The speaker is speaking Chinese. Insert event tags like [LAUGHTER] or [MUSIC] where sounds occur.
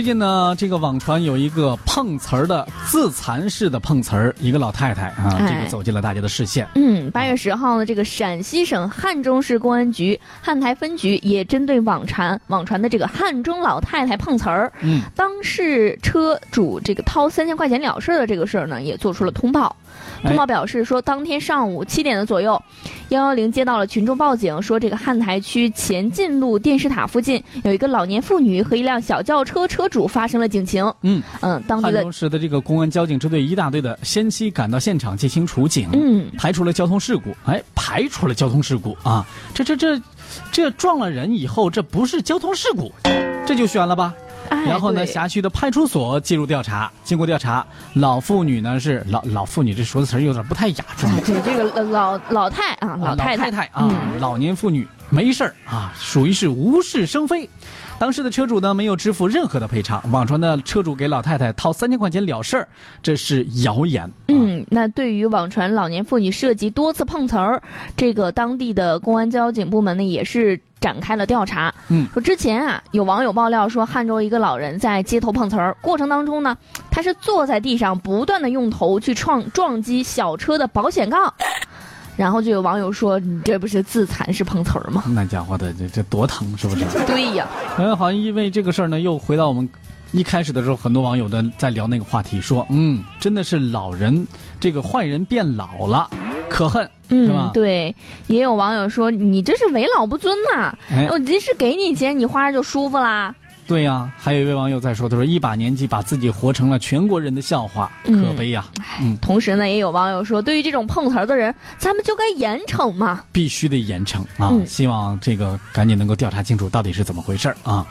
最近呢，这个网传有一个碰瓷儿的自残式的碰瓷儿，一个老太太啊，哎这个走进了大家的视线。嗯，八月十号呢，这个陕西省汉中市公安局汉台分局也针对网传网传的这个汉中老太太碰瓷儿，嗯，当事车主这个掏三千块钱了事儿的这个事儿呢，也做出了通哎报。通报表示说，当天上午七点的左右，幺幺零接到了群众报警，说这个汉台区前进路电视塔附近有一个老年妇女和一辆小轿车车主发生了警情。嗯嗯，当地汉的中市的这个公安交警支队一大队的先期赶到现场进行处警，嗯。排除了交通事故。哎，排除了交通事故啊！这这这这撞了人以后，这不是交通事故，这就悬了吧？哎然后呢，对辖区的派出所介入调查。经过调查，老妇女呢是老老妇女，这说的词儿有点不太雅，装啊，对这个老老老太啊，啊老太太太啊，嗯老年妇女没事儿啊，属于是无事生非。当时的车主呢没有支付任何的赔偿，网传的车主给老太太掏三千块钱了事儿，这是谣言。啊，嗯，那对于网传老年妇女涉及多次碰瓷儿，这个当地的公安交警部门呢也是展开了调查。嗯说之前啊，有网友爆料说，汉州一个老人在街头碰瓷儿过程当中呢，他是坐在地上不断的用头去撞撞击小车的保险杠，然后就有网友说，你这不是自残式碰瓷 [LAUGHS] 儿吗？那家伙的这这多疼是不是？对呀，嗯，好像因为这个事儿呢，又回到我们一开始的时候，很多网友的在聊那个话题，说，嗯，真的是老人这个坏人变老了，可恨，是吧嗯，？对，也有网友说你这是为老不尊呐、哎我即使给你钱，你花着就舒服啦。对呀、还有一位网友在说，他说一把年纪把自己活成了全国人的笑话，嗯可悲呀、同时呢，也有网友说，对于这种碰瓷儿的人，咱们就该严惩嘛。必须得严惩啊！嗯希望这个赶紧能够调查清楚到底是怎么回事儿啊。